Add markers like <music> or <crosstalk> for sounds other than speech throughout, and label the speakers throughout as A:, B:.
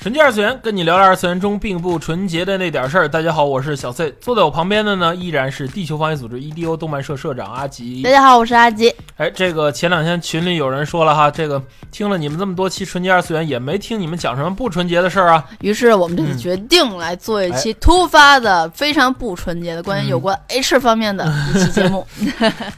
A: 纯洁二次元，跟你聊聊二次元中并不纯洁的那点事儿。大家好，我是小 C，坐在我旁边的呢依然是地球防卫组织 EDO 动漫社社长阿吉
B: 大。家好，我是阿吉。
A: 哎，这个前两天群里有人说了哈，这个听了你们这么多期纯洁二次元，也没听你们讲什么不纯洁的事儿啊。
B: 于是我们这次决定来做一
A: 哎
B: 期突发的、非常不纯洁的关
A: 嗯
B: 于有关 H 方面的
A: <laughs>
B: 一期节目。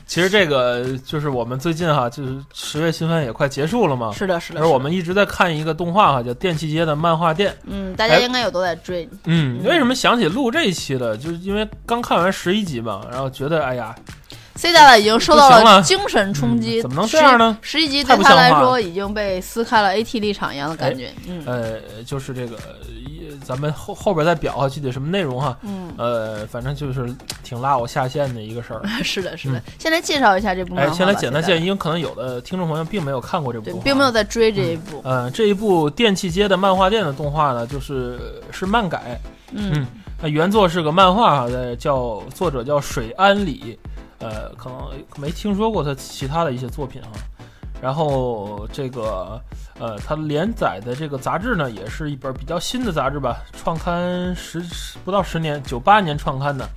A: 其实这个就是我们最近哈，就是十月新番也快结束了嘛。
B: 是的，是的。
A: 而我们一直在看一个动画哈，叫《电器街的漫画店》。
B: 嗯，大家应该有都在追。
A: 嗯，为什么想起录这一期的？就是因为刚看完十一集嘛，然后觉得哎呀，
B: C 大大已经受到
A: 不行了
B: 了精神冲击，
A: 嗯怎么能这样呢
B: 十一集
A: 太
B: 对
A: 不
B: 他
A: 像话
B: 来
A: 了
B: 说已经被撕开了 AT 立场一样的感觉。嗯
A: 呃，就是这个，一咱们后后边再表啊，具体什么内容哈。 <laughs>
B: 嗯，
A: 呃，反正就是挺拉我下线的一个事儿。
B: 是的，是的
A: 嗯。
B: 先来介绍一下这部漫
A: 哎，
B: 嗯画吧。
A: 先来简单
B: C 大
A: 介绍，因为可能有的听众朋友并没有看过这部
B: 对
A: 动画，，
B: 并没有在追这一部。
A: 呃，这一部《电器街的漫画店》的动画呢，就是是漫改，
B: 嗯
A: 嗯那原作是个漫画，呃，叫作者叫水安里，呃，可能没听说过他其他的一些作品啊。然后这个呃，他连载的这个杂志呢，也是一本比较新的杂志吧，创刊十十不到十年，九八年创刊的，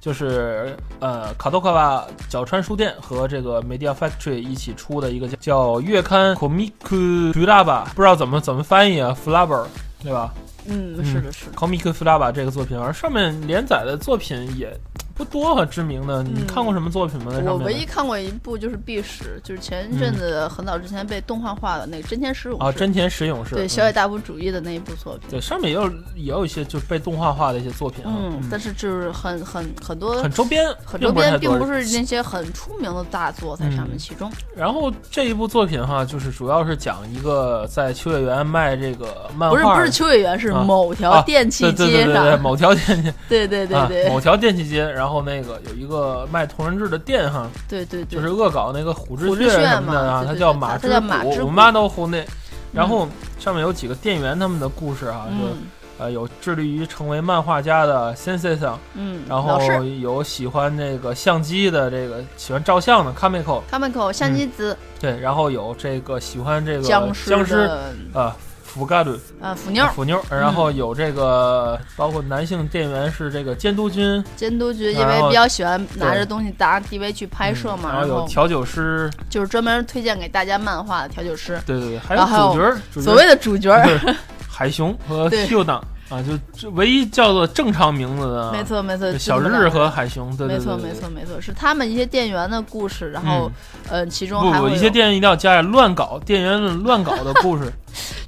A: 就是呃卡多卡瓦角川书店和这个 Media Factory 一起出的一个叫叫月刊 Comic f l a b a 不知道怎么怎么翻译啊 f l a b e r 对吧？
B: 嗯，
A: 嗯
B: 是的，是的。
A: Comic Flava 这个作品，而上面连载的作品也不多啊，知名的。你看过什么作品吗？在
B: 嗯我
A: 上面
B: 唯一看过一部就是《碧史》，就是前一阵子很早之前被动画化的那个真田十勇
A: 啊，
B: 士
A: 真田实勇士
B: 对
A: 嗯
B: 小野大夫主义的那一部作品。
A: 对上面也有也有一些就是被动画化的一些作品啊，
B: 嗯，但是就是很很很多
A: 很周边，
B: 很周
A: 不是
B: 边，
A: 太
B: 并
A: 多
B: 不是那些很出名的大作在上面
A: 嗯
B: 其中。
A: 然后这一部作品哈，就是主要是讲一个在秋叶原卖这个漫画，
B: 不是不是秋叶原，是
A: 啊
B: 某条
A: 啊
B: 电器
A: 对对对
B: 街
A: 对
B: 上。
A: 对，某条电器
B: 对对 <laughs> 对
A: 啊
B: 对
A: 某条电器街，然后那个有一个卖同人志的店哈，
B: 对对对，
A: 就是恶搞那个虎之
B: 虎之
A: 穴
B: 穴
A: 什么
B: 嘛
A: 的啊，
B: 对对对
A: 叫
B: 它
A: 马
B: 它
A: 之
B: 叫马之嗯
A: 我
B: 谷
A: 妈都湖内。然后上面有几个店员他们的故事啊，就
B: 嗯
A: 呃有致力于成为漫画家的 Sensei 桑，
B: 嗯，
A: 然
B: 老
A: 后
B: 是
A: 有喜欢那个相机的这个喜欢照相的 Kamiko，
B: 他们口相机子
A: 对，然后有这个喜欢嗯这个
B: 僵
A: 尸
B: 的
A: 啊。福盖伦、
B: 啊腐妞儿
A: 腐妞，然后有这个，包括男性店员是这个监督君，
B: 监督局，因
A: 然
B: 为
A: 后
B: 比较喜欢拿
A: 对
B: 着东西搭 DV 去拍摄嘛，
A: 嗯然后有
B: 后
A: 调酒师，
B: 就是专门推荐给大家漫画的调酒师，
A: 对对对，还
B: 然后
A: 主角儿，主角
B: 所
A: 儿
B: 谓的主角儿，
A: 对，海熊和
B: 对
A: 秀党啊，就这唯一叫做正常名字的，
B: <laughs> 没，错没错，就
A: 小
B: 这么两
A: 日
B: 个
A: 和
B: 人。
A: 海熊，对对
B: 没
A: 对
B: 错，没错，，没错，是他们一些店员的故事，然
A: 对
B: 后
A: 嗯，
B: 呃，其中
A: 不
B: 还
A: 不，
B: 会
A: 一些
B: 有
A: 店员一定要加上乱搞，店员乱搞的故
B: <laughs>
A: 事，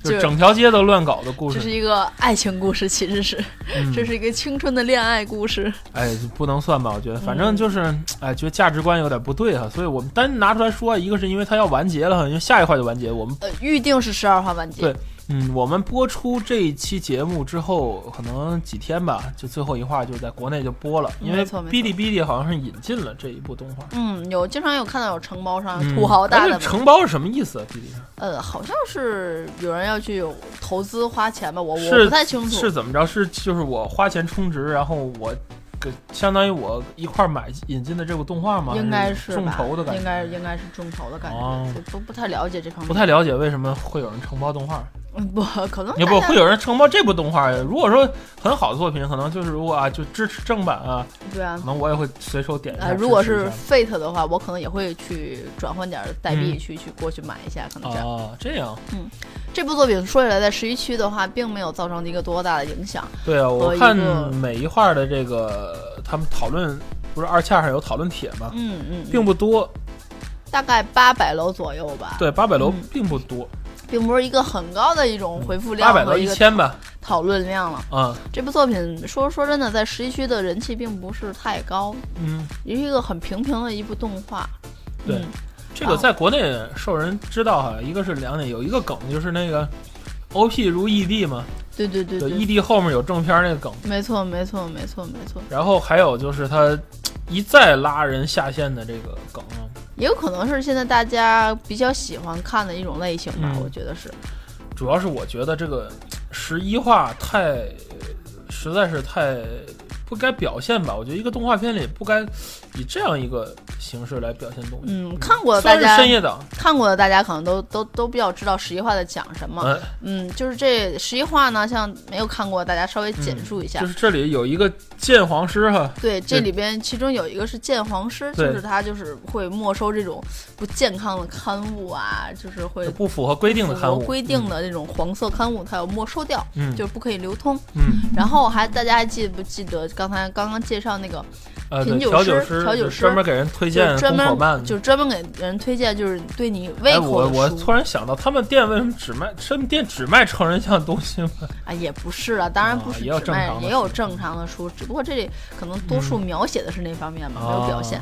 B: 就
A: 就整条街都乱搞的故
B: 这
A: 事
B: 是，一个爱情故事，其实是
A: 嗯
B: 这是一个青春的恋爱故事。
A: 哎，不能算吧？我觉得，反
B: 嗯
A: 正就是，哎，觉得价值观有点不对哈，所以我们单拿出来说，一个是因为它要完结了哈，因为下一块就完结，我们
B: 呃，预定是十二号完结
A: 对，嗯，我们播出这一期节目之后，可能几天吧，就最后一话就在国内就播了，因为
B: 嗯没错没错
A: 哔哩哔哩好像是引进了这一部动画。
B: 嗯，有经常有看到有承包商
A: 嗯
B: 土豪大
A: 哎
B: 的
A: 这
B: 嘛，
A: 承包是什么意思啊？弟弟
B: 呃，好像是有人要去有投资花钱吧，我我
A: 是
B: 不太清楚
A: 是。怎么着？是就是我花钱充值，然后我给相当于我一块儿买引进的这部动画吗？
B: 应该
A: 还
B: 是吧
A: 众筹的感
B: 应
A: 觉。
B: 该应该是众筹的感觉，
A: 哦
B: 就不不太了解这方面。
A: 不太了解为什么会有人承包动画，
B: 嗯不可能
A: 也
B: 大
A: 不
B: 家
A: 会有人承包这部动画。如果说很好的作品，可能就是如果啊就支持正版啊，
B: 对啊
A: 可，能我也会随手点一下
B: 呃，
A: 支持一下。
B: 如果是 Fate 的话，我可能也会去转换点儿代币
A: 嗯
B: 去、去过去买一下，可能这样。
A: 啊这样，
B: 这部作品说起来，在十一区的话，并没有造成一个多大的影响。
A: 对啊，
B: 和
A: 我
B: 一
A: 看
B: 个
A: 每一画的这个他们讨论，不是二恰上有讨论帖吗？
B: 嗯嗯，
A: 并不多，
B: 大概八百楼左右吧，，
A: 对，八百楼
B: 嗯
A: 并不多，
B: 并不是一个很高的一种回复
A: 嗯八
B: 量
A: 百
B: 和
A: 到
B: 一
A: 一
B: 个
A: 千吧，
B: 讨论量了。
A: 啊，
B: 这部作品说说真的，在十一区的人气并不是太高，
A: 嗯，
B: 也是一个很平平的一部动画。
A: 对
B: 嗯
A: 这个在国内受人知道哈，一个是两点，有一个梗就是那个， OP 如异地嘛，
B: 对对对
A: 对，异地后面有正片那个梗，
B: 没错没错没错没错，
A: 然后还有就是他一再拉人下线的这个梗，啊
B: 也有可能是现在大家比较喜欢看的一种类型吧，
A: 嗯
B: 我觉得是。
A: 主要是我觉得这个十一话太呃实在是太不该表现吧，我觉得一个动画片里不该以这样一个形式来表现东西。
B: 嗯，看过的
A: 虽
B: 大
A: 然是
B: 家
A: 深夜档，
B: 看过的大家可能都都都比较知道十一话在讲什么。
A: 嗯，
B: 嗯，就是这十一话呢，像没有看过的大家稍微简述一下。
A: 嗯就是这里有一个鉴黄师哈，
B: 对，这
A: 对
B: 里边其中有一个是鉴黄师，就
A: 对
B: 是他就是会没收这种不健康的刊物啊，就是会
A: 不符合规定的
B: 符合
A: 刊物，
B: 规定的这种黄色刊物，它要没收掉，
A: 嗯，
B: 就是不可以流通。 <laughs>
A: 嗯
B: 然后还大家还记不记得刚才刚刚介绍那个，
A: 呃，
B: 品
A: 对
B: 酒
A: 调酒
B: 师
A: 师
B: 调酒
A: 就
B: 师
A: 专门给人推
B: 就
A: 荐
B: 是专
A: 红口
B: 门
A: 漫，
B: 就是专门给人推荐，就是对你胃
A: 哎，
B: 口
A: 我
B: 的
A: 我
B: 书
A: 突然想到，他们店为什么只卖？他们店只卖成人向的东西吗？
B: 啊，也不是了，当然
A: 啊
B: 不是
A: 也有
B: 只
A: 正
B: 卖
A: 常，的
B: 也有
A: 书嗯
B: 正常的书，只不过这里可能多数描写的是那方面嘛，
A: 啊
B: 没有表现。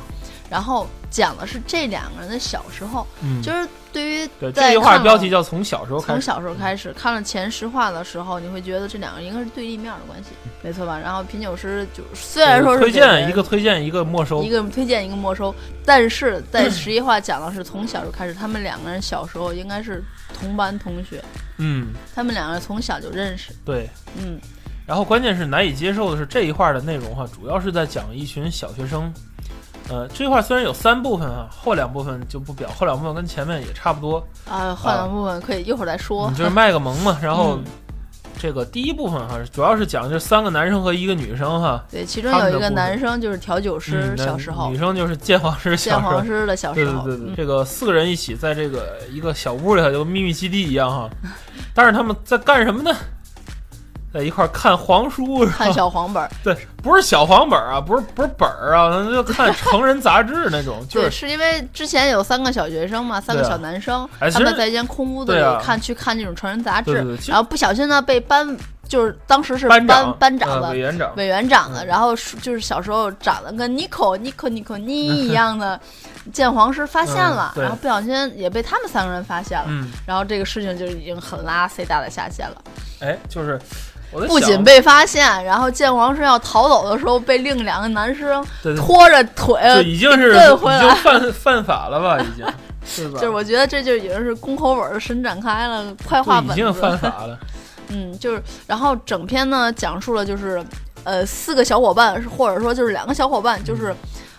B: 然后讲的是这两个人的小时候，
A: 嗯，
B: 就是对于
A: 对这
B: 在
A: 句话
B: 看
A: 标
B: 了
A: 题叫“从小时候开
B: 从
A: 始
B: 小时候开始看了前十话的时候，你会觉得这两个人应该是对立面的关系，没错吧？然后品酒师就虽”，然说
A: 嗯就是是推
B: 给
A: 荐
B: 人
A: 一个推荐一个没收
B: 一，个推荐一个没收，但是
A: <clears throat>
B: 在十一话讲的是从小就开始，他们两个人小时候应该是同班同学，
A: 嗯，
B: 他们两个人从小就认识，
A: 对。
B: 嗯，
A: 然后关键是难以接受的是这一块的内容哈、主要是在讲一群小学生。呃，这块虽然有三部分啊，后两部分就不表，后两部分跟前面也差不多，
B: 啊，后两部分可以一会儿再说
A: 嗯，就是卖个萌嘛。然后
B: 嗯
A: 这个第一部分哈、主要是讲这三个男生和一个女生哈、
B: <laughs> 对，其中
A: 他们
B: 有一
A: 的
B: 个
A: 故事
B: 男生就是调酒师，
A: 嗯
B: 小
A: 那
B: 时候
A: 女生就是鉴黄师
B: 鉴
A: 小时候
B: 黄，师的小
A: 对
B: 时
A: 对
B: 候，
A: 对对，
B: 嗯
A: 这个四个人一起在这个一个小屋里头，就跟秘密基地一样哈。但是他们在干什么呢？在一块儿看黄书，是吧
B: 看小黄
A: <laughs>
B: 本儿，
A: 对，不是小黄本儿啊，不是不是本儿啊，那就看成人杂志那种，就
B: 对，
A: 是
B: 是因为之前有三个小学生嘛，三个
A: 对啊
B: 小男生，
A: 哎
B: 他
A: 其
B: 们
A: 实
B: 在一间空屋子
A: 对啊
B: 里看去看这种成人杂
A: 对
B: 志，
A: 对对，其实
B: 然后不小心呢被班就是当时是
A: 班
B: 班
A: 长
B: 班
A: 呃
B: 长的
A: 委员长，
B: 委员长的，
A: 嗯
B: 然后是就是小时候长得跟 Nico Nico Nico 妮一样的鉴黄师发现了
A: 嗯，对
B: 然后不小心也被他们三个人发现了，
A: 嗯，
B: 然后这个事情就已经很拉 C 大的下线了。
A: 哎，就是我在
B: 不
A: 想
B: 仅被发现，然后鉴黄师要逃走的时候，被另两个男生
A: 对对
B: 拖着腿
A: 就已经是已
B: 顿回
A: 经
B: 来。
A: 犯犯法了吧，已
B: <laughs>
A: 经，对吧？
B: 就是我觉得这就已经是宫口本儿伸展开了，快画
A: 就
B: 本
A: 已经犯
B: 子。
A: 法了，
B: 嗯，就是，然后整篇呢讲述了就是，呃，四个小伙伴，或者说就是两个小伙伴，就是，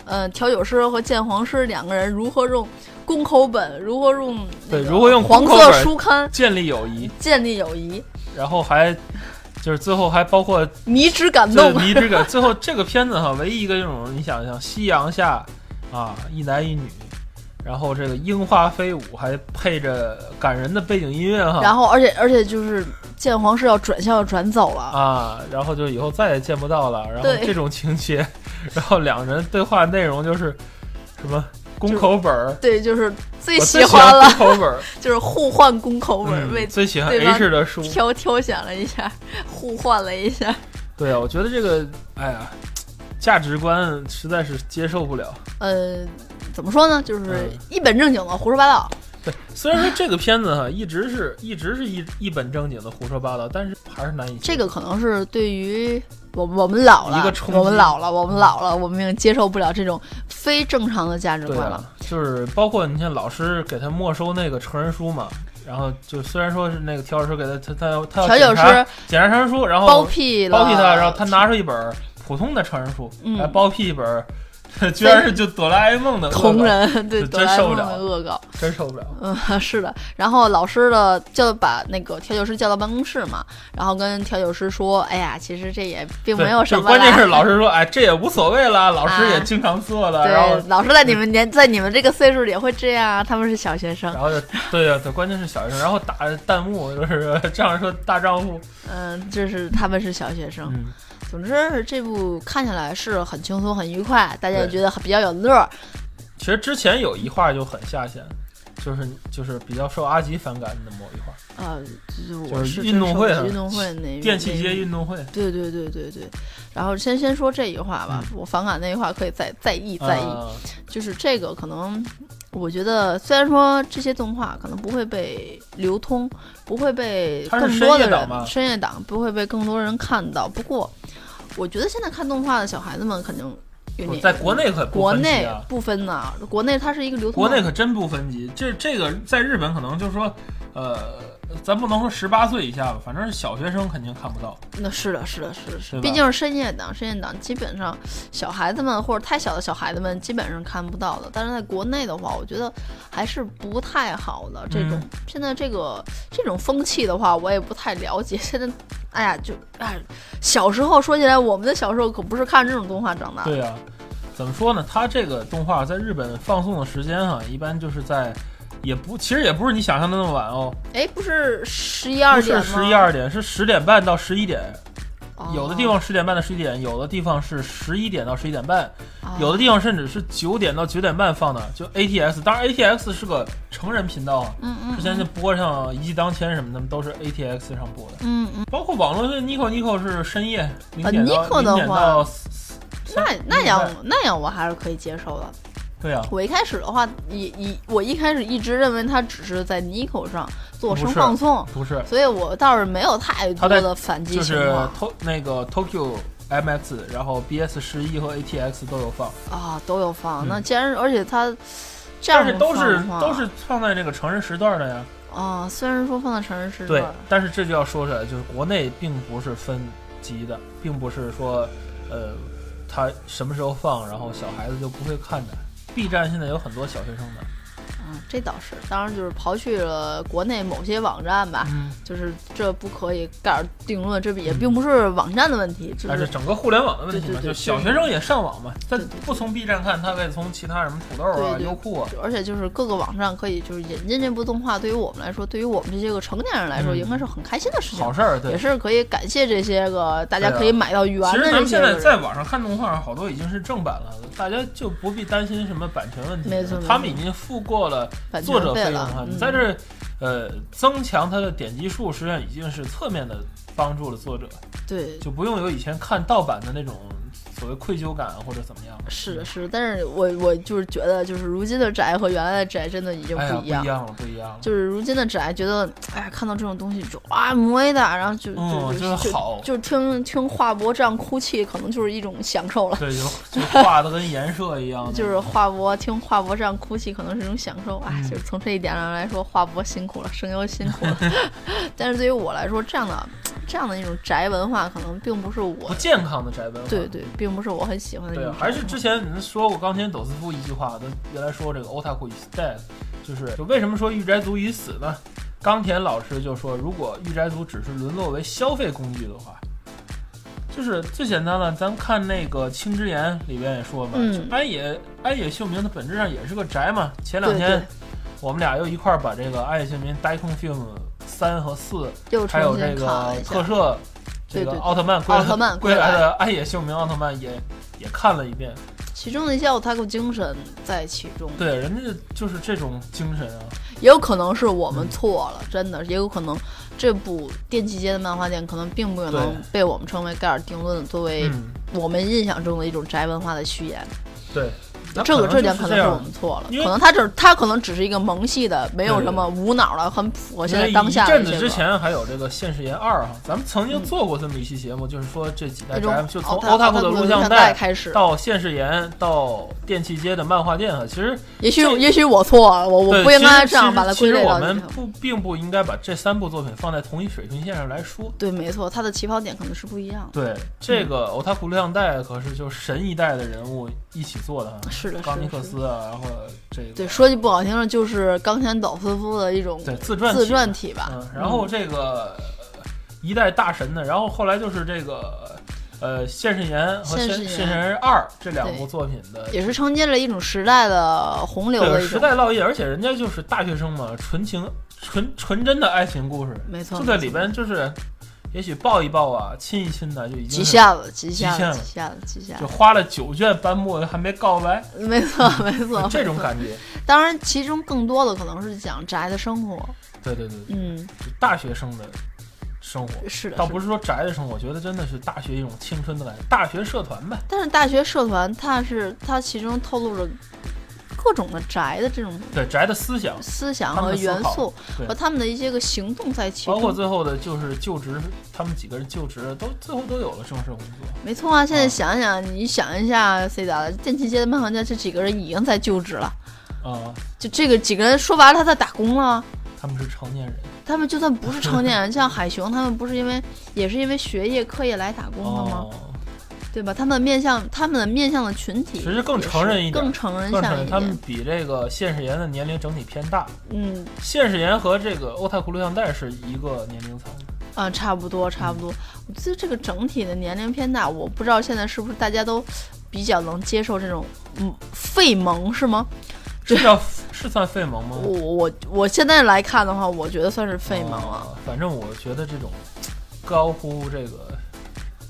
B: 呃，调酒师和鉴黄师两个人如何用宫口本，如何用那
A: 对，
B: 个
A: 如何用
B: 黄
A: 户口
B: 色
A: 本
B: 书刊
A: 建立友谊，
B: 建立友谊，
A: 然后还就是最后还包括
B: 迷之感
A: 对
B: 动。
A: 迷之感。最后这个片子哈，唯一一个这种你想想，夕阳下啊，一男一女，然后这个樱花飞舞，还配着感人的背景音乐哈。
B: 然后，而且而且就是鉴黄师要转校转走了，
A: 啊，然后就以后再也见不到了。然后
B: 对
A: 这种情节，然后两人对话内容就是什么宫口本儿，
B: 对，就是最
A: 我
B: 喜
A: 最
B: 欢了，
A: 宫口本儿，
B: 就是互换宫口本儿，
A: 嗯
B: 为
A: 最喜欢
B: 对方
A: H 的书。
B: 挑挑选了一下， <laughs> 互换了一下。
A: 对啊，我觉得这个，哎呀，价值观实在是接受不了。
B: 呃，怎么说呢？就是
A: 嗯
B: 一本正经的胡说八道。
A: 对， <laughs> 虽然说这个片子哈，一直是一直是一一本正经的胡说八道，但是还是难以
B: 这个可能是对于我我们老了
A: 一个冲，击
B: 我们老了，我们老了，我们也接受不了这种非正常的价值
A: 对
B: 观了。
A: 啊，就是包括你看老师给他没收那个成人书嘛，然后就虽然说是那个调酒师给他他他要他啊要检
B: 调酒
A: 查
B: 师
A: 检查成人书，然后
B: 包庇了，
A: 包庇他，然后他拿出一本普通的成人书
B: 嗯
A: 来包庇一本， <laughs> 居然是就哆啦 A 梦的恶搞
B: 同，人对
A: 这
B: 哆
A: 真
B: 啦 A
A: 受不
B: 梦的
A: 了
B: 恶搞。
A: 真受不了。
B: 嗯， <laughs> 是的。然后老师的叫把那个调酒师叫到办公室嘛，然后跟调酒师说：“哎呀，其实这也并
A: 对
B: 没有什
A: 就
B: 么
A: 关键
B: 啦。
A: 是老师说，哎，这也无所谓啦，老师也
B: 啊
A: 经常做了，然后
B: 对，老师在你们年在你们这个岁数也会这样啊，他们是小学生
A: 然。后就对呀、对，关键是小学生，然后打弹幕就是这样说大丈夫，
B: 嗯，就是他们是小学生。
A: 嗯，
B: 总之，这部看起来是很轻松、很愉快，大家也
A: 对
B: 觉得很比较有乐儿。
A: 其实之前有一话就很下线，就是就是比较受阿吉反感的某一话，
B: 呃，就是
A: 就
B: 我
A: 是
B: 是
A: 运动会
B: 真
A: 啊
B: 受运动会那
A: 电气街
B: 那
A: 运动会，
B: 对对对对对。然后先
A: 嗯
B: 先说这一话吧，我反感那一话可以再再议再议。
A: 啊
B: 就是这个可能，我觉得虽然说这些动画可能不会被流通，不会被
A: 它是
B: 更多
A: 深
B: 的
A: 夜档
B: 人
A: 吧
B: 深夜档不会被更多人看到，不过我觉得现在看动画的小孩子们肯定有
A: 我
B: 点
A: 哦在国内可不
B: 国
A: 分级
B: 内
A: 啊
B: 不分呐、国内它是一个流通
A: 国
B: 的，
A: 内可真不分级，这这个在日本可能就是说，呃，咱不能说十八岁以下吧，反正是小学生肯定看不到。
B: 那是的，是的，是的，是
A: 对吧
B: 的，毕竟是深夜档，深夜档基本上小孩子们或者太小的小孩子们基本上看不到的。但是在国内的话，我觉得还是不太好的这种。
A: 嗯
B: 现在这个这种风气的话，我也不太了解。现在，哎呀，就哎，小时候说起来，我们的小时候可不是看这种动画长大的。
A: 对呀、怎么说呢？它这个动画在日本放送的时间哈、一般就是在，也不其实也不是你想象的那么晚哦，
B: 哎，不是十一
A: 不
B: 二点
A: 是
B: 吗？
A: 十一二点，是十点半到十一点，
B: 哦，
A: 有的地方十点半到十一点，有的地方是十一点到十一点半，
B: 哦
A: 有的地方甚至是九点到九点半放的，就 ATX，当然 ATX 是个成人频道啊。
B: 嗯嗯
A: 之前就播上《一骑当千》什么的，他们都是 ATX 上播的，
B: 嗯嗯，
A: 包括网络的 Nico Nico 是深夜零点到
B: 啊 Nico 的
A: 零点
B: 话
A: 到，
B: 那那样
A: 明
B: 那样我还是可以接受的。
A: 对啊呀、
B: 我一开始的话，一一我一开始一直认为他只是在 Nico 上
A: 不
B: 做声
A: 是
B: 放送，
A: 不是，
B: 所以我倒是没有太多
A: 他在
B: 的反击
A: 就
B: 情啊
A: 是
B: 况
A: To 那个 Tokyo MX，然后 BS 十一和 ATX 都有放，
B: 啊，都有放。
A: 嗯
B: 那既然而且他这样
A: 但是都是
B: 放的话
A: 都是放在这个成人时段的呀。
B: 啊，虽然说放在成人时
A: 对
B: 段，，
A: 但是这就要说出来，就是国内并不是分级的，并不是说，呃，他什么时候放，然后小孩子就不会看的。B 站现在有很多小学生的，
B: 嗯，这倒是。当然就是刨去了国内某些网站吧，
A: 嗯，
B: 就是这不可以盖尔定论，这也并不是网站的问题，就
A: 但
B: 是
A: 是整个互联网的问题嘛，
B: 对对对
A: 就小学生也上网嘛，他
B: 对对对
A: 不从 B 站看，他可以从其他什么土豆啊、
B: 对对
A: 优酷啊，
B: 而且就是各个网站可以就是引进这部动画，对于我们来说，对于我们这些个成年人来说，
A: 嗯
B: 应该是很开心的事情
A: 好。事儿，对
B: 也。是可以感谢这些个大家
A: 对啊
B: 可以买到原
A: 其实
B: 的
A: 咱
B: 这
A: 们
B: 些
A: 现
B: 个
A: 在
B: 人。
A: 在网上看动画，好多已经是正版了，大家就不必担心什么版权问题
B: 没错
A: 了。
B: 没错
A: 他们已经付过了
B: 版权
A: 作者
B: 费
A: 费用
B: 了
A: 哈，
B: 嗯
A: 你在这儿呃增强它的点击数，实际上已经是侧面的帮助了作者，
B: 对，
A: 就不用有以前看盗版的那种所谓愧疚感啊或者怎么样。嗯
B: 是的，是的，但是我我就是觉得，就是如今的宅和原来的宅真的已经
A: 哎呀，
B: 不
A: 不
B: 一样。
A: 了，不一样了。
B: 就是如今的宅，觉得哎呀，看到这种东西就啊摩耶的，然后就就、
A: 嗯
B: 就
A: 真好
B: 就就听听华博这样哭泣，可能就是一种享受了。，
A: 对，就就画的跟颜色一样
B: <laughs> 就是华博听华博这样哭泣，可能是一种享受。哎，
A: 嗯
B: 就是从这一点上来说，华博辛苦了，声优辛苦了。 <laughs> 但是对于我来说，这样的这样的一种宅文化，可能并不是我
A: 不健康的宅文化。
B: 对对，并不是我很喜欢的一
A: 对
B: 种。，
A: 还是之前您说过钢琴抖斯夫一句话，他原来说这个 otaku is dead，就是就为什么说御宅族已死呢？冈田老师就说，如果御宅族只是沦落为消费工具的话，就是最简单了。咱们看那个《青之言》里边也说嘛，
B: 嗯
A: 就安野安野秀明，他本质上也是个宅嘛。前两
B: 对
A: 天
B: 对，
A: 我们俩又一块儿把这个安野秀明《Daikon Film》三和四，
B: 又
A: 还有
B: 重新
A: 这
B: 看了
A: 个
B: 一
A: 特
B: 下。
A: 摄，这
B: 对
A: 个
B: 对对
A: 奥特曼归来
B: 奥特曼
A: 归
B: 归来
A: 来的安野秀明奥特曼也也看了一遍。
B: 其中的一些 otaku 精神在其中，
A: 对，人家就是这种精神啊。
B: 也有可能是我们错了，真的，也有可能这部电器街的漫画店可能并不可能
A: 对
B: 被我们称为盖尔定论作为
A: 嗯，
B: 我们印象中的一种宅文化的序言。
A: 对，那
B: 这个
A: 可
B: 这
A: 能
B: 点
A: 就
B: 可
A: 是这
B: 能是我
A: 样
B: 们错了，
A: 因为
B: 可能他只他可能只是一个萌系的，没有
A: 对对
B: 什么无脑的，很符合现在
A: 因为
B: 当下
A: 一
B: 的
A: 阵
B: 这
A: 子
B: 个
A: 之前还有这个《现实言二》哈，咱们曾经做过这么一期节目，就是说这几代
B: 那种哦
A: 宅就从
B: otaku
A: 的录
B: 像
A: 像
B: 带开始，
A: 到《现实言》到电器街的漫画店啊，其实
B: 也许
A: 这
B: 也许我错了，我我
A: 对
B: 不应该这
A: 其
B: 样
A: 实
B: 把它
A: 其
B: 归
A: 实
B: 类
A: 我
B: 到
A: 们
B: 这种
A: 不并不应该把这三部作品放在同一水平线上来说。
B: 对，没错，他的起跑点可能是不一样的。
A: 对，这个欧塔库录像带可是就神一代的人物一起做的哈，
B: 是的，
A: 冈尼
B: 是
A: 克
B: 的。是的
A: 斯啊，然后这个
B: 对，说句不好听的，就是冈田岛夫夫的一种
A: 对自传
B: 自
A: 体
B: 传体吧。
A: 嗯，然后这个呃一代大神呢，然后后来就是这个呃《现世言》和《
B: 现
A: 现
B: 世言
A: 现世言二》这两部
B: 对
A: 作品的
B: 也是承接了一种时代的洪流的
A: 对
B: 一
A: 时
B: 种，
A: 代烙印，而且人家就是大学生嘛，纯情纯纯真的爱情故事，
B: 没错，
A: 就在
B: 没
A: 里
B: 错
A: 边就是也许抱一抱啊，亲一亲的就已经
B: 极
A: 是
B: 限了，极限
A: 限
B: 了，
A: 了
B: 极限了，极限
A: 就
B: 了，
A: 花了九卷斑墨还没告
B: <laughs>
A: 白，
B: 没错，没错，
A: 这种
B: 没错。
A: 感觉。
B: 当然，其中更多的可能是讲宅的生活，
A: 对对对，
B: 嗯，
A: 就大学生的生活。
B: 是的，
A: 倒
B: 是
A: 不
B: 的。
A: 是说宅的生活，我觉得真的是大学一种青春的感觉，大学社团呗。
B: 但是大学社团，它是它其中透露着各种的宅的这种
A: 对宅的思想，
B: 思想
A: 他们
B: 和
A: 的思
B: 元
A: 考
B: 素
A: 对
B: 和他们的一些个行动在其
A: 包括
B: 中。
A: 最后的就是就职，他们几个人就职都最后都有了正式工作。
B: 没错啊，现在
A: 啊
B: 想想，你想一下，C 咋的？电器街的漫画家这几个人已经在就职了，
A: 啊，
B: 就这个几个人说白了他在打工了。
A: 他们是成年人
B: 他们就算不是成
A: <laughs>
B: 年人，像海熊他们不是因为也是因为学业课业来打工的吗？
A: 哦，
B: 对吧？他们面向他们的面向的群体
A: 其实更成人一点，
B: 更成人
A: 更成
B: 向一
A: 人。他们
B: 点。
A: 比这个现实研的年龄整体偏大，
B: 嗯
A: 现实研和这个欧太库录像带是一个年龄层。
B: 啊，差不多差不多。我觉得这个整体的年龄偏大，我不知道现在是不是大家都比较能接受这种嗯废萌是吗？
A: 是
B: 对
A: 叫是算费蒙吗？
B: 我我我现在来看的话，我觉得算是废萌了。
A: 啊，反正我觉得这种高呼这个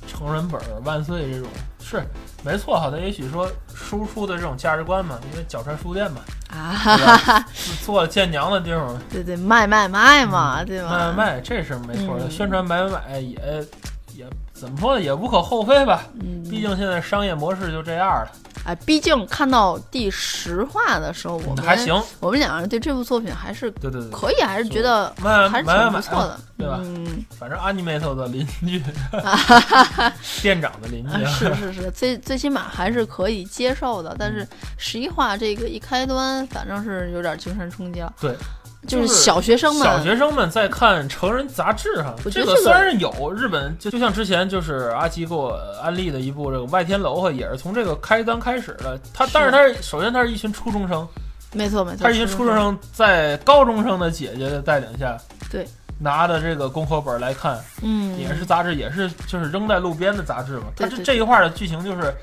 A: 成人本儿万岁这种是没错哈，那也许说输出的这种价值观嘛，因为脚穿书
B: <laughs>
A: 店嘛，
B: 啊
A: 对
B: 哈哈，
A: 吧？做见娘的地方
B: 对对，卖卖卖嘛，对吧？
A: 嗯卖卖卖，这是没错的，
B: 嗯
A: 宣传买买买也也怎么说呢，也无可厚非吧。
B: 嗯
A: 毕竟现在商业模式就这样了，
B: 哎，毕竟看到第十话的时候，我们
A: 嗯还行，
B: 我们两人对这部作品还是
A: 对对对，
B: 可以，还是觉得
A: 买买
B: 还是
A: 买
B: 挺
A: 买
B: 不错的，
A: 对吧
B: 嗯，
A: 哎反正 Animate 的邻
B: <laughs>
A: 居，店长的邻
B: 啊
A: 居，
B: 是是是，最最起码还是可以接受的。但
A: 嗯
B: 是十一话这个一开端，反正是有点精神冲击了。
A: 对，就
B: 就
A: 是
B: 是小学生
A: 小
B: 们，
A: 学生们在看成人杂志哈，
B: 我觉
A: 这
B: 得
A: 个
B: 这个
A: 虽然是有日本，就就像之前就是阿基给我安利的一部这个《外天楼》哈，也是从这个开端开始的。他
B: 是
A: 但是他是首先他是一群初中生，
B: 没错没错，
A: 他是一群初中生在高中生的姐姐的带领下，
B: 对，
A: 拿着这个功课本来看，
B: 嗯，
A: 也是杂志，也是就是扔在路边的杂志嘛。他
B: 对
A: 这
B: 对
A: 这一块的剧情就是。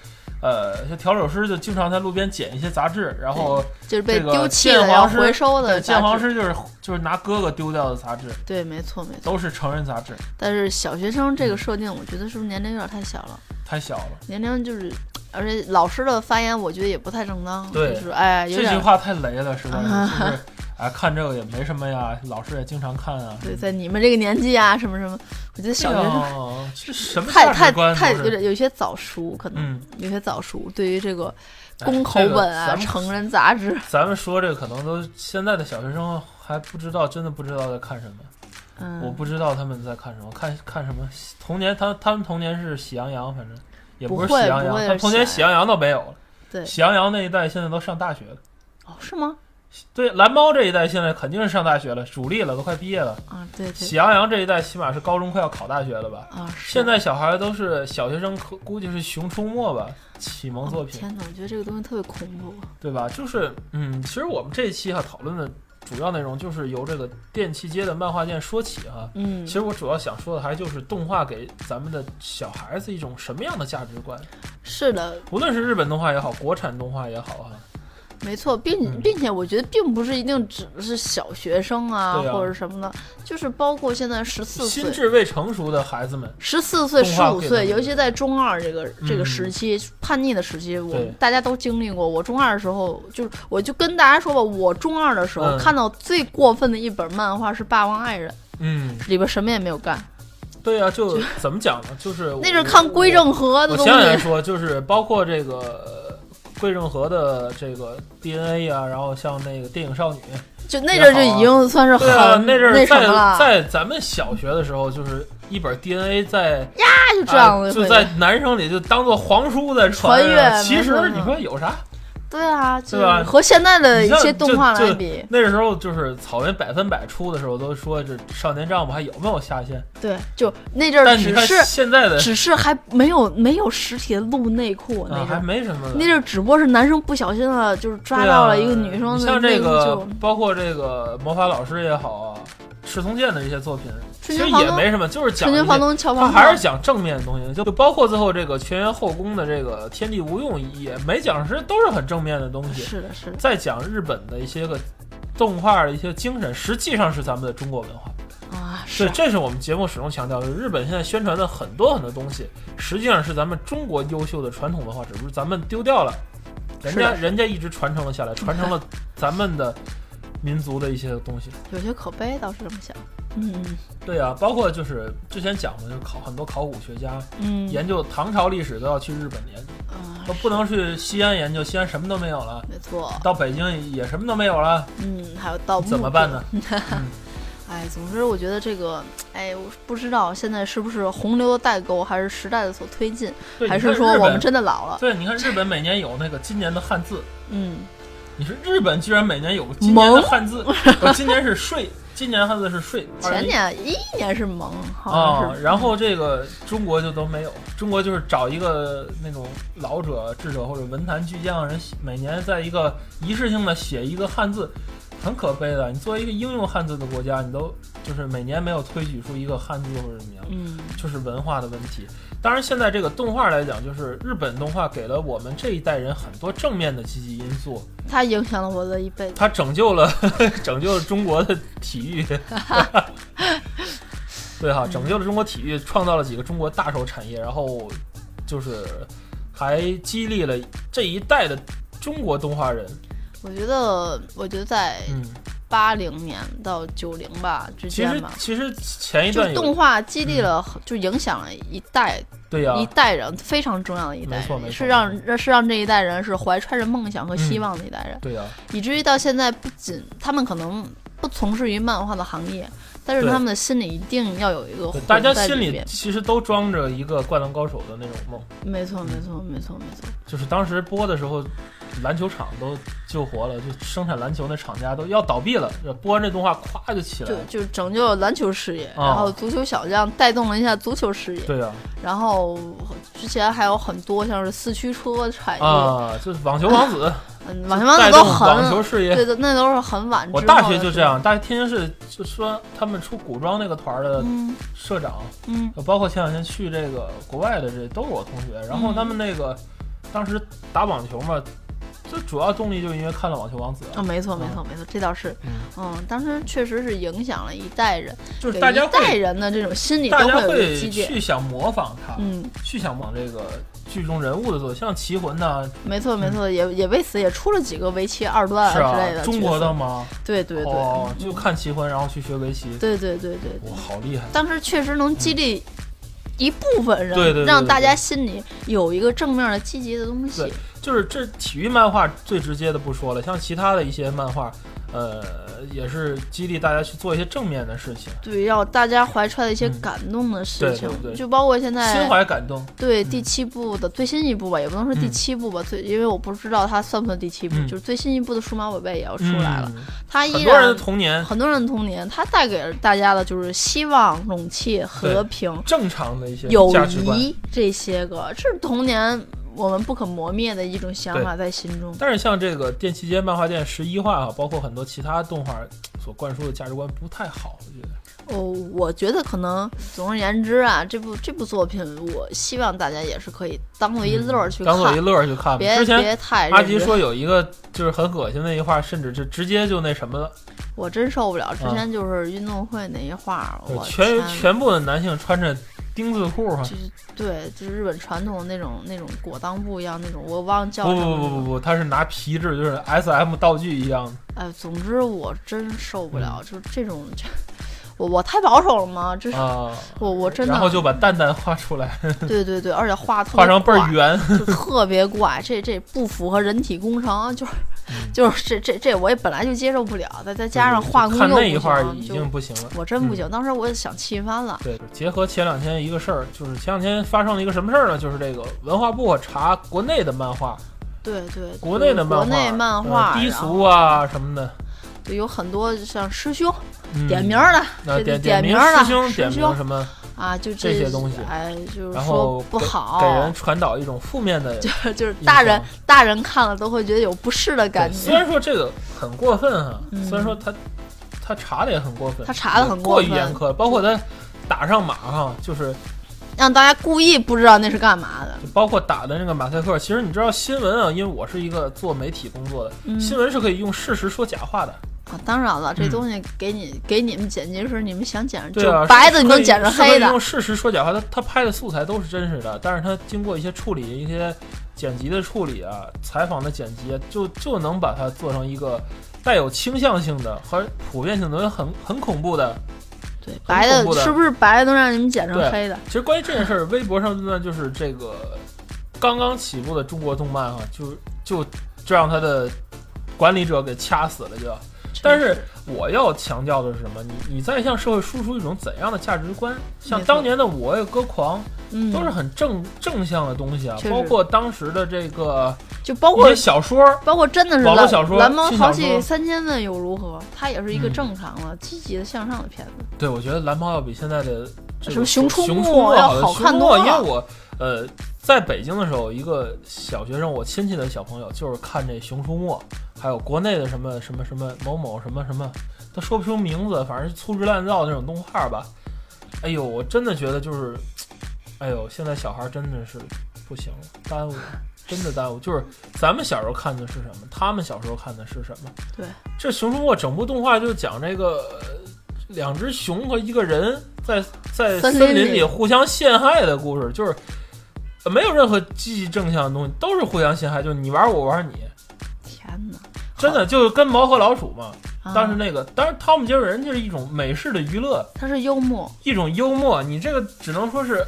A: 呃，像调酒师就经常在路边捡一些杂志，然后
B: 就是被
A: 这个
B: 丢弃的
A: 鉴
B: 要
A: 黄师
B: 回收的
A: 呃鉴
B: 杂
A: 黄
B: 志，
A: 师就是就是拿哥哥丢掉的杂志，
B: 对，没错没错。
A: 都是成人杂志，
B: 但是小学生这个设定，我觉得是不是年龄有点太小了？
A: 太小了。
B: 年龄就是，而且老师的发言，我觉得也不太正当，
A: 对
B: 就是哎，有
A: 这句
B: 点。
A: 话太雷了，实在是，
B: 啊
A: 就是啊，看这个也没什么呀，老师也经常看啊。
B: 对，在你们这个年纪啊，什么什么，我觉得小学生
A: 生这什么
B: 太
A: 啊价
B: 太
A: 值观
B: 太
A: 都
B: 有
A: 是
B: 点有些早熟，可能、
A: 嗯，
B: 有些早熟。对于这个
A: 哎
B: <laughs> 公口本啊、
A: 这个咱们
B: 成人杂志，
A: 咱们说这个可能都现在的小学生还不知道，真的不知道在看什么。
B: 嗯，
A: 我不知道他们在看什么，看看什么童年，他他们童年是喜羊羊，反正也
B: 不
A: 是
B: 会
A: 喜羊
B: 不
A: 羊，
B: 会
A: 他
B: 是
A: 童年
B: 喜
A: 喜羊羊都没有了。
B: 对
A: 喜羊羊那一代现在都上大学了。
B: 哦，是吗？
A: 对，蓝猫这一代现在肯定是上大学了，主力了，都快毕业了。
B: 啊，对对
A: 喜羊羊这一代起码是高中快要考大学了吧？
B: 啊，是
A: 现在小孩都是小学生，可估计是《熊出没》吧，启蒙作
B: 哦
A: 品，
B: 天哪，我觉得这个东西特别恐怖。
A: 对吧？就是，嗯，其实我们这一期哈、讨论的主要内容就是由这个电器街的漫画店说起哈、
B: 嗯
A: 其，实我主要想说的还就是动画给咱们的小孩子一种什么样的价值观，
B: 是的，
A: 无论是日本动画也好，国产动画也好哈、
B: 没错，并
A: 嗯
B: 并且我觉得并不是一定只是小学生啊，
A: 对啊
B: 或者什么的，就是包括现在十四
A: 心
B: 岁。
A: 智未成熟的孩子们，
B: 十四岁、
A: 动
B: 十
A: 画
B: 五
A: 给
B: 岁，
A: 他们
B: 尤其在中二这个这个
A: 嗯
B: 时期，叛逆的时期，我
A: 对
B: 大家都经历过。我中二的时候，就是我就跟大家说吧，我中二的时候、
A: 嗯
B: 看到最过分的一本漫画是《霸王爱人
A: 嗯，》，
B: 里边什么也没有干，
A: 对呀、就怎么讲呢？就是
B: <laughs> 那是看归
A: 正。
B: 正和的
A: 我
B: 东
A: 前两天
B: 西。
A: 说，就是包括这个呃桂正和的这个 DNA 啊，然后像那个电影少
B: <laughs>
A: 女，
B: 就那阵儿就已经算是很、
A: 对啊， <laughs> 那阵儿
B: 什么
A: 在
B: 了，
A: 在咱们小学的时候，就是一本 DNA 在
B: 那就这样
A: 啊
B: 的
A: 就
B: 会
A: 在男生里就当做皇叔在传啊
B: 穿越
A: 其
B: 没错嗯
A: 实你说有啥？
B: 对啊，就
A: 对吧
B: 是和现在的一
A: 你
B: 些
A: 像
B: 动画
A: 就
B: 来比，
A: 那时候就是草原百分百出的时候，都说这少年丈夫还有没有下线？
B: 对，就那阵儿
A: 但你
B: 只
A: 看
B: 是
A: 现在的
B: 只是还没有没有实体的露内裤
A: 啊，
B: 那阵
A: 还
B: 儿。
A: 没什么呢。
B: 那阵儿只不过是男生不小心了，就是抓
A: 对
B: 到
A: 啊
B: 了一个女生
A: 你
B: 的
A: 像
B: 内
A: 这
B: 裤
A: 个
B: 就，
A: 包括这个魔法老师也好啊，赤松健的一些作品，其
B: 春
A: 实
B: 节房
A: 也
B: 东
A: 没什么，就是讲一
B: 春节
A: 些
B: 房东俏
A: 他
B: 房
A: 还是
B: 客，
A: 讲正面的东西，就就包括最后这个全员后宫的这个天地无用也没讲，是都是很正面的东西。
B: 是的，是的，
A: 再讲日本的一些个动画的一些精神，实际上是咱们的中国文化。
B: 啊，
A: 对，
B: 是
A: 这是我们节目始终强调的。日本现在宣传的很多很多东西，实际上是咱们中国优秀的传统文化，只不过咱们丢掉了。人
B: 是
A: 家
B: 的
A: 人家一直传承了下来，传承了咱们的民族的一些东西。
B: 有些可悲，倒是这么想。嗯
A: 对啊，包括就是之前讲过，就是考很多考古学家
B: 嗯，
A: 研究唐朝历史都要去日本研究，
B: 啊
A: 都，不能去西安研究，西安什么都没有了，
B: 没错，
A: 到北京也什么都没有了，
B: 嗯，还有盗墓
A: 怎么办呢？
B: 嗯哎，总之我觉得这个，哎，我不知道现在是不是洪流的代沟，还是时代的所推进，
A: 对，
B: 还
A: 你看
B: 是说
A: 日
B: 我们
A: 本
B: 真的老了？
A: 对，你看日本每年有那个今年的汉字，
B: 嗯，
A: 你说日本居然每年有今年的汉字，我今年是税，今年汉字是税，
B: 前年一一年是蒙，好
A: 啊、
B: 像是，
A: 然后这个中国就都没有，中国就是找一个那种老者、智者或者文坛巨匠人，每年在一个仪式性的写一个汉字，很可悲的。你作为一个应用汉字的国家，你都就是每年没有推举出一个汉字或者怎么样，
B: 嗯
A: 就是文化的问题。当然，现在这个动画来讲，就是日本动画给了我们这一代人很多正面的积极因素，
B: 它影响了我的一辈子。
A: 它拯救了 <laughs> 拯救了中国的体育， <laughs> 对
B: 嗯
A: 哈，拯救了中国体育，创造了几个中国大手产业，然后就是还激励了这一代的中国动画人。
B: 我觉得，我觉得在
A: 嗯，
B: 八零年到九零吧之
A: 其
B: 间
A: 实
B: 吧，
A: 其实前一
B: 就
A: 段
B: 是动
A: 有嗯
B: 画激励了，就影响了一代
A: 对呀、
B: 一代人，非常重要的一代
A: 没错没
B: 人，
A: 错嗯
B: 是让让是让这一代人是怀揣着梦想和希望的一代人，
A: 对呀、
B: 以至于到现在，不仅他们可能不从事于漫画的行业，但是
A: 对
B: 他们的心里一定要有一个
A: 对
B: 魂
A: 大家
B: 在
A: 心里
B: 边。
A: 其实都装着一个《灌篮高手》的那种梦，
B: 没错，没错，没错，没错。
A: 就是当时播的时候，篮球场都救活了，就生产篮球那厂家都要倒闭了，播完这动画咵就起来
B: 就
A: 了。
B: 就拯救了篮球事业，
A: 啊
B: 然后足球小将带动了一下足球事业，
A: 对呀、
B: 然后之前还有很多像是四驱车产业，
A: 啊，就是网球王子
B: 嗯，网球王
A: 带
B: 子都
A: 动
B: 很
A: 网球事业。
B: 对的，那都是很晚之后
A: 我
B: 的事。
A: 大学就这样，大学天津市就说他们出古装那个团儿的
B: 嗯
A: 社长，
B: 嗯
A: 包括前两天去这个国外的这都是我同学。然后他
B: 嗯
A: 们那个当时打网球嘛，最主要动力就是因为看了《网球王子》
B: 啊，没错没错没错，这倒是，
A: 嗯
B: 嗯，当时确实是影响了一代人，
A: 就是
B: 给
A: 大家
B: 一代
A: 会
B: 人的这种心理都
A: 大家
B: 有一个
A: 会
B: 积淀。
A: 去想模仿他，
B: 嗯，
A: 去想往这个剧中人物的做，像棋魂呐、
B: 没错没错，也也为此也出了几个围棋二段
A: 是
B: 啊之类的角
A: 啊，
B: 色。
A: 中国的吗？
B: 对对对，
A: 哦，就看棋魂，然后去学围棋，
B: 对对对对对
A: 哇，，好厉害！
B: 当时确实能激励一部分人，
A: 对对对
B: 让
A: 对
B: 大家心里有一个正面的积极的东西
A: 对。就是这体育漫画最直接的不说了，像其他的一些漫画，呃，也是激励大家去做一些正面的事情，
B: 对，要大家怀揣的一些
A: 嗯
B: 感动的事
A: 对
B: 情，
A: 对对
B: 就包括现
A: 心
B: 在
A: 怀感动。
B: 对
A: 嗯
B: 第七部的最新一部吧，也不能说第
A: 嗯
B: 七部吧，最因为我不知道它算不算第七部，
A: 嗯
B: 就是最新一部的《数码宝贝》也要出
A: 嗯
B: 来了，，它依
A: 很多人的
B: 然
A: 童 <laughs> 年
B: 很多人的童年，它带给了大家的就是希望、勇气、和平、
A: 正常的一些
B: 友
A: 价值观。
B: 谊这些个，这是童年我们不可磨灭的一种想法在心中。
A: 但是像这个电器街漫画店十一话啊，包括很多其他动画所灌输的价值观不太好，我觉得。
B: 哦，我觉得可能，总而言之啊，这部这部作品，我希望大家也是可以当做一乐儿去
A: 嗯
B: 看，
A: 当做一乐儿去看吧。
B: 别
A: 之前
B: 别太
A: 阿
B: 认
A: 吉
B: 真。
A: 说有一个就是很恶心的一话，甚至就直接就那什么了，
B: 我真受不了，之前就是运动会那一画儿，
A: 就
B: 我
A: 嗯呃全
B: 天
A: 全部的男性穿着丁字裤啊。
B: 就是对，就是日本传统那种那种裹裆布一样那种，我忘了叫
A: 不
B: 什么
A: 不不不
B: 了。
A: 不，他是拿皮质，就是 S M 道具一样的。
B: 哎，总之我真受不了，就是这种，这我我太保守了吗？这是、
A: 嗯啊，
B: 我我真
A: 然后
B: 的
A: 就把蛋蛋画出来，
B: 对对对，而且画特别
A: 画成倍
B: 怪
A: 儿圆。
B: 就特别怪，这这不符合人体工程，就是
A: 嗯
B: 就是这这这我也本来就接受不了，再再加上画
A: <laughs>
B: 工
A: 看
B: 又
A: 那一
B: 不
A: 画儿
B: 行，
A: 已
B: 啊就
A: 经嗯不行了。
B: 我真不行，当时我也想气翻了。
A: 对，结合前两天一个事儿，就是前两天发生了一个什么事儿呢？就是这个文化部啊查国内的漫画，
B: 对对，
A: 国内的漫画，
B: 国内漫画
A: 呃低
B: 然后
A: 俗啊什么的，
B: 就有很多像师兄
A: 嗯
B: 点名儿的
A: 那
B: 这
A: 点
B: 点
A: 名
B: 名儿
A: 师
B: 了
A: 兄
B: 师
A: 点名
B: 兄
A: 什么，
B: 啊，就
A: 这些东西
B: 哎，就是
A: 然
B: 说
A: 后
B: 不
A: 给人
B: 好，
A: 传导一种负面的。
B: 就 <laughs> 就是大人大人看了都会觉得有不适的感
A: 对虽
B: 觉。
A: 然说这个很过分啊，
B: 嗯
A: 虽然说他他查的也很过分，
B: 他查得很过
A: 过
B: 分
A: 于严苛，包括他打上马哈、就是
B: 让大家故意不知道那是干嘛的，
A: 就包括打的那个马赛克。其实你知道新闻啊，因为我是一个做媒体工作的，
B: 嗯
A: 新闻是可以用事实说假话的。
B: 啊，当然了，这
A: 嗯
B: 东西给你、给你们剪辑时，你们想剪成
A: 对啊，
B: 就白
A: 是
B: 的，你
A: 可
B: 能
A: 以
B: 剪成
A: 是可以
B: 黑的。
A: 用事实说假话，他他拍的素材都是真实的，但是他经过一些处理、一些剪辑的处理啊、采访的剪辑啊，就就能把它做成一个带有倾向性的和普遍性的很很恐怖的
B: 对，白的
A: 恐怖的
B: 是不是白的能让你们剪成
A: 对
B: 黑的？
A: 其实关于这件事儿，微博上论断就是这个刚刚起步的中国动漫啊，就就就让他的管理者给掐死了就要。但是我要强调的是什么？你你在向社会输出一种怎样的价值观？像
B: 没错
A: 当年的《我爱歌狂》
B: 嗯，
A: 都是很正正向的东西啊
B: 确，实
A: 包括当时的这个
B: 就包
A: 一
B: 括
A: 些小说，
B: 包括真的是
A: 网络
B: 蓝
A: 小说
B: 蓝猫
A: 轻
B: 淘
A: 小
B: 气
A: 说
B: 三千问又如何？它也是一个
A: 嗯
B: 正常的、积极的、向上的片子。
A: 对，我觉得蓝猫要比现在的这
B: 什
A: 个
B: 么熊出
A: 出
B: 没
A: 没
B: 要
A: 好
B: 好
A: 熊
B: 看
A: 出
B: 多
A: 没因为
B: 了
A: 我呃在北京的时候，一个小学生，我亲戚的小朋友就是看这《熊出没》，还有国内的什么什么什么某某什么什么，都说不出名字，反正是粗制滥造的那种动画吧。哎呦，我真的觉得就是，哎呦，现在小孩真的是不行了，耽误了。真的耽误，就是咱们小时候看的是什么，他们小时候看的是什么。
B: 对，
A: 这《熊出没》整部动画就讲这个呃两只熊和一个人在在
B: 森
A: 森
B: 林
A: 林
B: 里
A: 里互相陷害的故事，就是呃没有任何积极正向的东西，都是互相陷害，就是你玩我，我玩你，
B: 天哪，
A: 真的就跟猫和老鼠嘛。
B: 啊
A: 当时那个，当然汤姆接着人就是一种美式的娱乐，
B: 它是幽默，
A: 一种幽默，你这个只能说是，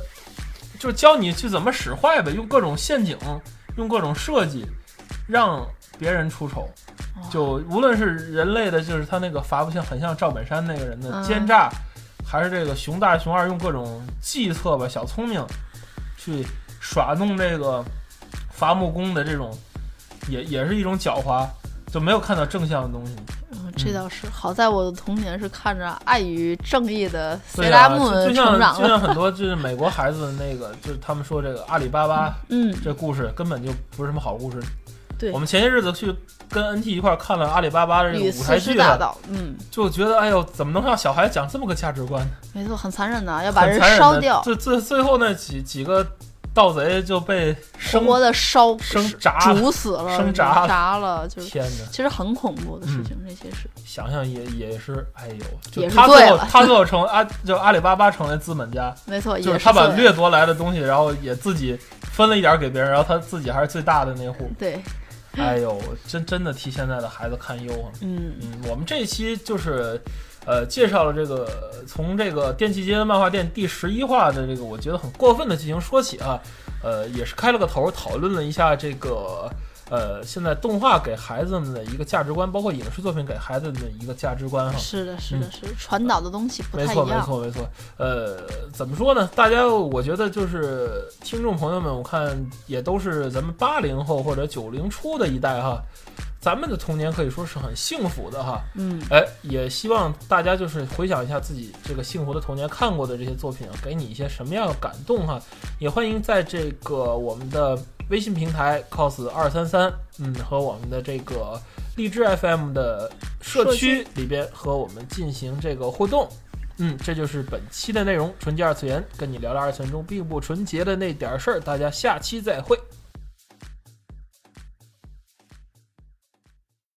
A: 就是教你去怎么使坏呗，用各种陷阱，用各种设计，让别人出丑。
B: 哇
A: 就无论是人类的，就是他那个伐不像很像赵本山那个人的
B: 嗯
A: 奸诈，还是这个熊大熊二用各种计策吧、小聪明，去耍弄这个伐木工的这种，也也是一种狡猾，就没有看到正向的东西。
B: 嗯这倒是。好在我的童年是看着爱与正义的
A: 对
B: 塞
A: 啊，
B: 拉姆
A: 就就像
B: 成长
A: 就
B: 的。
A: 像很多就是美国孩子的那个，就是他们说这个阿里巴巴
B: 嗯，
A: 这故事根本就不是什么好故事。
B: 对
A: 我们前些日子去跟 NT 一块儿看了阿里巴巴的这
B: 与
A: 个舞台
B: 四
A: 剧
B: 师大
A: 呢，
B: 道，嗯，
A: 就觉得哎呦，怎么能让小孩讲这么个价值观？
B: 没错，很残忍的，要把
A: 很
B: 人
A: 残忍
B: 烧
A: 的。
B: 掉，
A: 最最最后那几几个盗贼就被
B: 活
A: 生
B: 活的烧
A: 生
B: 是
A: 炸了。
B: 煮死了，
A: 生炸了
B: 炸了，就是
A: 天嗯哪，
B: 其实很恐怖的事情，这些是
A: 想想也也是，哎呦，就
B: 也是
A: 他
B: 醉
A: 最后
B: 了
A: 他最后成阿就阿里巴巴成为资本家，
B: 没错，
A: 就
B: 也
A: 是他把
B: 罪
A: 掠夺来的东西，然后也自己分了一点儿给别人，然后他自己还是最大的那户。
B: 对，
A: 哎呦，真真的替现在的孩子堪忧啊！
B: 嗯，
A: 嗯，我们这一期就是，呃，介绍了这个从这个电器街的漫画店第十一话的这个，我觉得很过分的进行说起啊，呃，也是开了个头，讨论了一下这个。呃，现在动画给孩子们的一个价值观，包括影视作品给孩子们的一个价值观哈，
B: 是的，是的，是的传导的东西不
A: 嗯没
B: 太
A: 错，
B: 一
A: 没
B: 样，
A: 错，没错。呃，怎么说呢？大家，我觉得就是听众朋友们，我看也都是咱们八零后或者九零初的一代哈，咱们的童年可以说是很幸福的哈。
B: 嗯，
A: 哎，也希望大家就是回想一下自己这个幸福的童年看过的这些作品啊，给你一些什么样的感动哈、也欢迎在这个我们的微信平台 cos 二三三，嗯，和我们的这个荔枝 FM 的社区里边和我们进行这个互动。嗯，这就是本期的内容，纯洁二次元，跟你聊聊二次元中并不纯洁的那点儿事儿。大家下期再会，